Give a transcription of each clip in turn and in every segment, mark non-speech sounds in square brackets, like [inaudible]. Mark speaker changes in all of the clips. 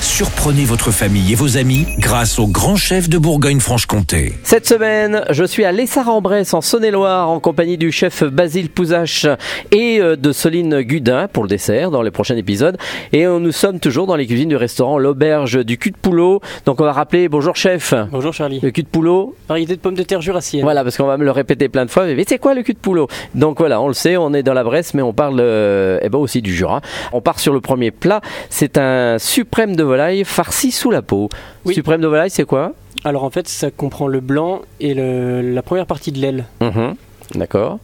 Speaker 1: Surprenez votre famille et vos amis grâce au grand chef de Bourgogne-Franche-Comté.
Speaker 2: Cette semaine, je suis à Lessard-en-Bresse, en Saône-et-Loire, en compagnie du chef Basile Pouzache et euh, de Soline Gudin pour le dessert dans les prochains épisodes. Et euh, nous sommes toujours dans les cuisines du restaurant L'Auberge du Cul de Poulot. Donc on va rappeler, bonjour chef,
Speaker 3: Bonjour Charlie.
Speaker 2: le Cul de Poulot.
Speaker 3: Variété de pommes de terre jurassienne.
Speaker 2: Voilà, parce qu'on va me le répéter plein de fois. Mais c'est quoi le cul de poulot Donc voilà, on le sait, on est dans la Bresse, mais on parle euh, eh ben aussi du Jura. On part sur le premier plat. C'est un suprême de volaille farci sous la peau.
Speaker 3: Oui.
Speaker 2: Suprême de volaille, c'est quoi
Speaker 3: Alors en fait, ça comprend le blanc et le- la première partie de l'aile.
Speaker 2: Mhm. D'accord.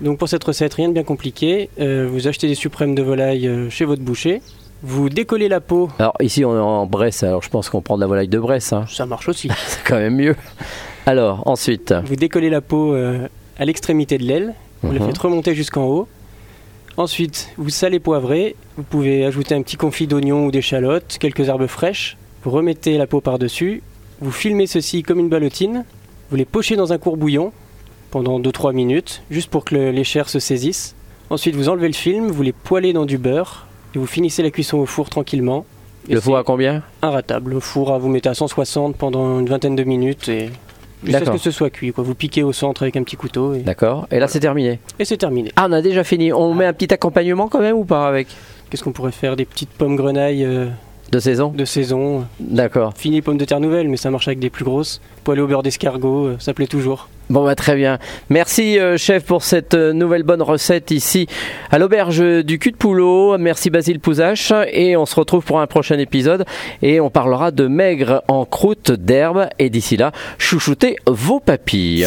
Speaker 3: Donc pour cette recette, rien de bien compliqué. Euh, vous achetez des suprêmes de volaille euh, chez votre boucher. Vous décollez la peau.
Speaker 2: Alors ici, on est en Bresse, alors je pense qu'on prend de la volaille de Bresse. hein. [laughs]
Speaker 3: Ça marche aussi.
Speaker 2: C'est quand même mieux. Alors, ensuite.
Speaker 3: vous décollez la peau euh, à l'extrémité de l'aile. Vous la
Speaker 2: Mhm.
Speaker 3: faites remonter jusqu'en haut. Ensuite, vous salez poivrez. Vous pouvez ajouter un petit confit d'oignons ou d'échalotes, quelques herbes fraîches. Vous remettez la peau par-dessus. Vous filmez ceci comme une ballotine. Vous les pochez dans un court bouillon pendant 2-3 minutes, juste pour que le- les chairs se saisissent. Ensuite, vous enlevez le film, vous les poêlez dans du beurre et vous finissez la cuisson au four tranquillement. Et
Speaker 2: Le four à
Speaker 3: c'est
Speaker 2: combien
Speaker 3: inratable. Le four, à vous mettez à 160 pendant une vingtaine de minutes et jusqu'à ce
Speaker 2: D'accord.
Speaker 3: que ce soit cuit. Quoi. Vous piquez au centre avec un petit couteau et,
Speaker 2: D'accord. Et là, c'est terminé.
Speaker 3: et c'est terminé.
Speaker 2: Ah, on a déjà fini. On met un petit accompagnement quand même ou pas avec
Speaker 3: Qu'est-ce qu'on pourrait faire Des petites pommes grenailles euh,
Speaker 2: De saison
Speaker 3: de saison.
Speaker 2: D'accord.
Speaker 3: Fini les pommes de terre nouvelles, mais ça marche avec des plus grosses. Poêlé au beurre d'escargot, euh, ça plaît toujours.
Speaker 2: Bon, bah, très bien. Merci, euh, chef, pour cette euh, nouvelle bonne recette ici à l'auberge du cul de poulot. Merci, Basile Pouzache. Et on se retrouve pour un prochain épisode. Et on parlera de maigre en croûte d'herbe. Et d'ici là, chouchoutez vos papilles.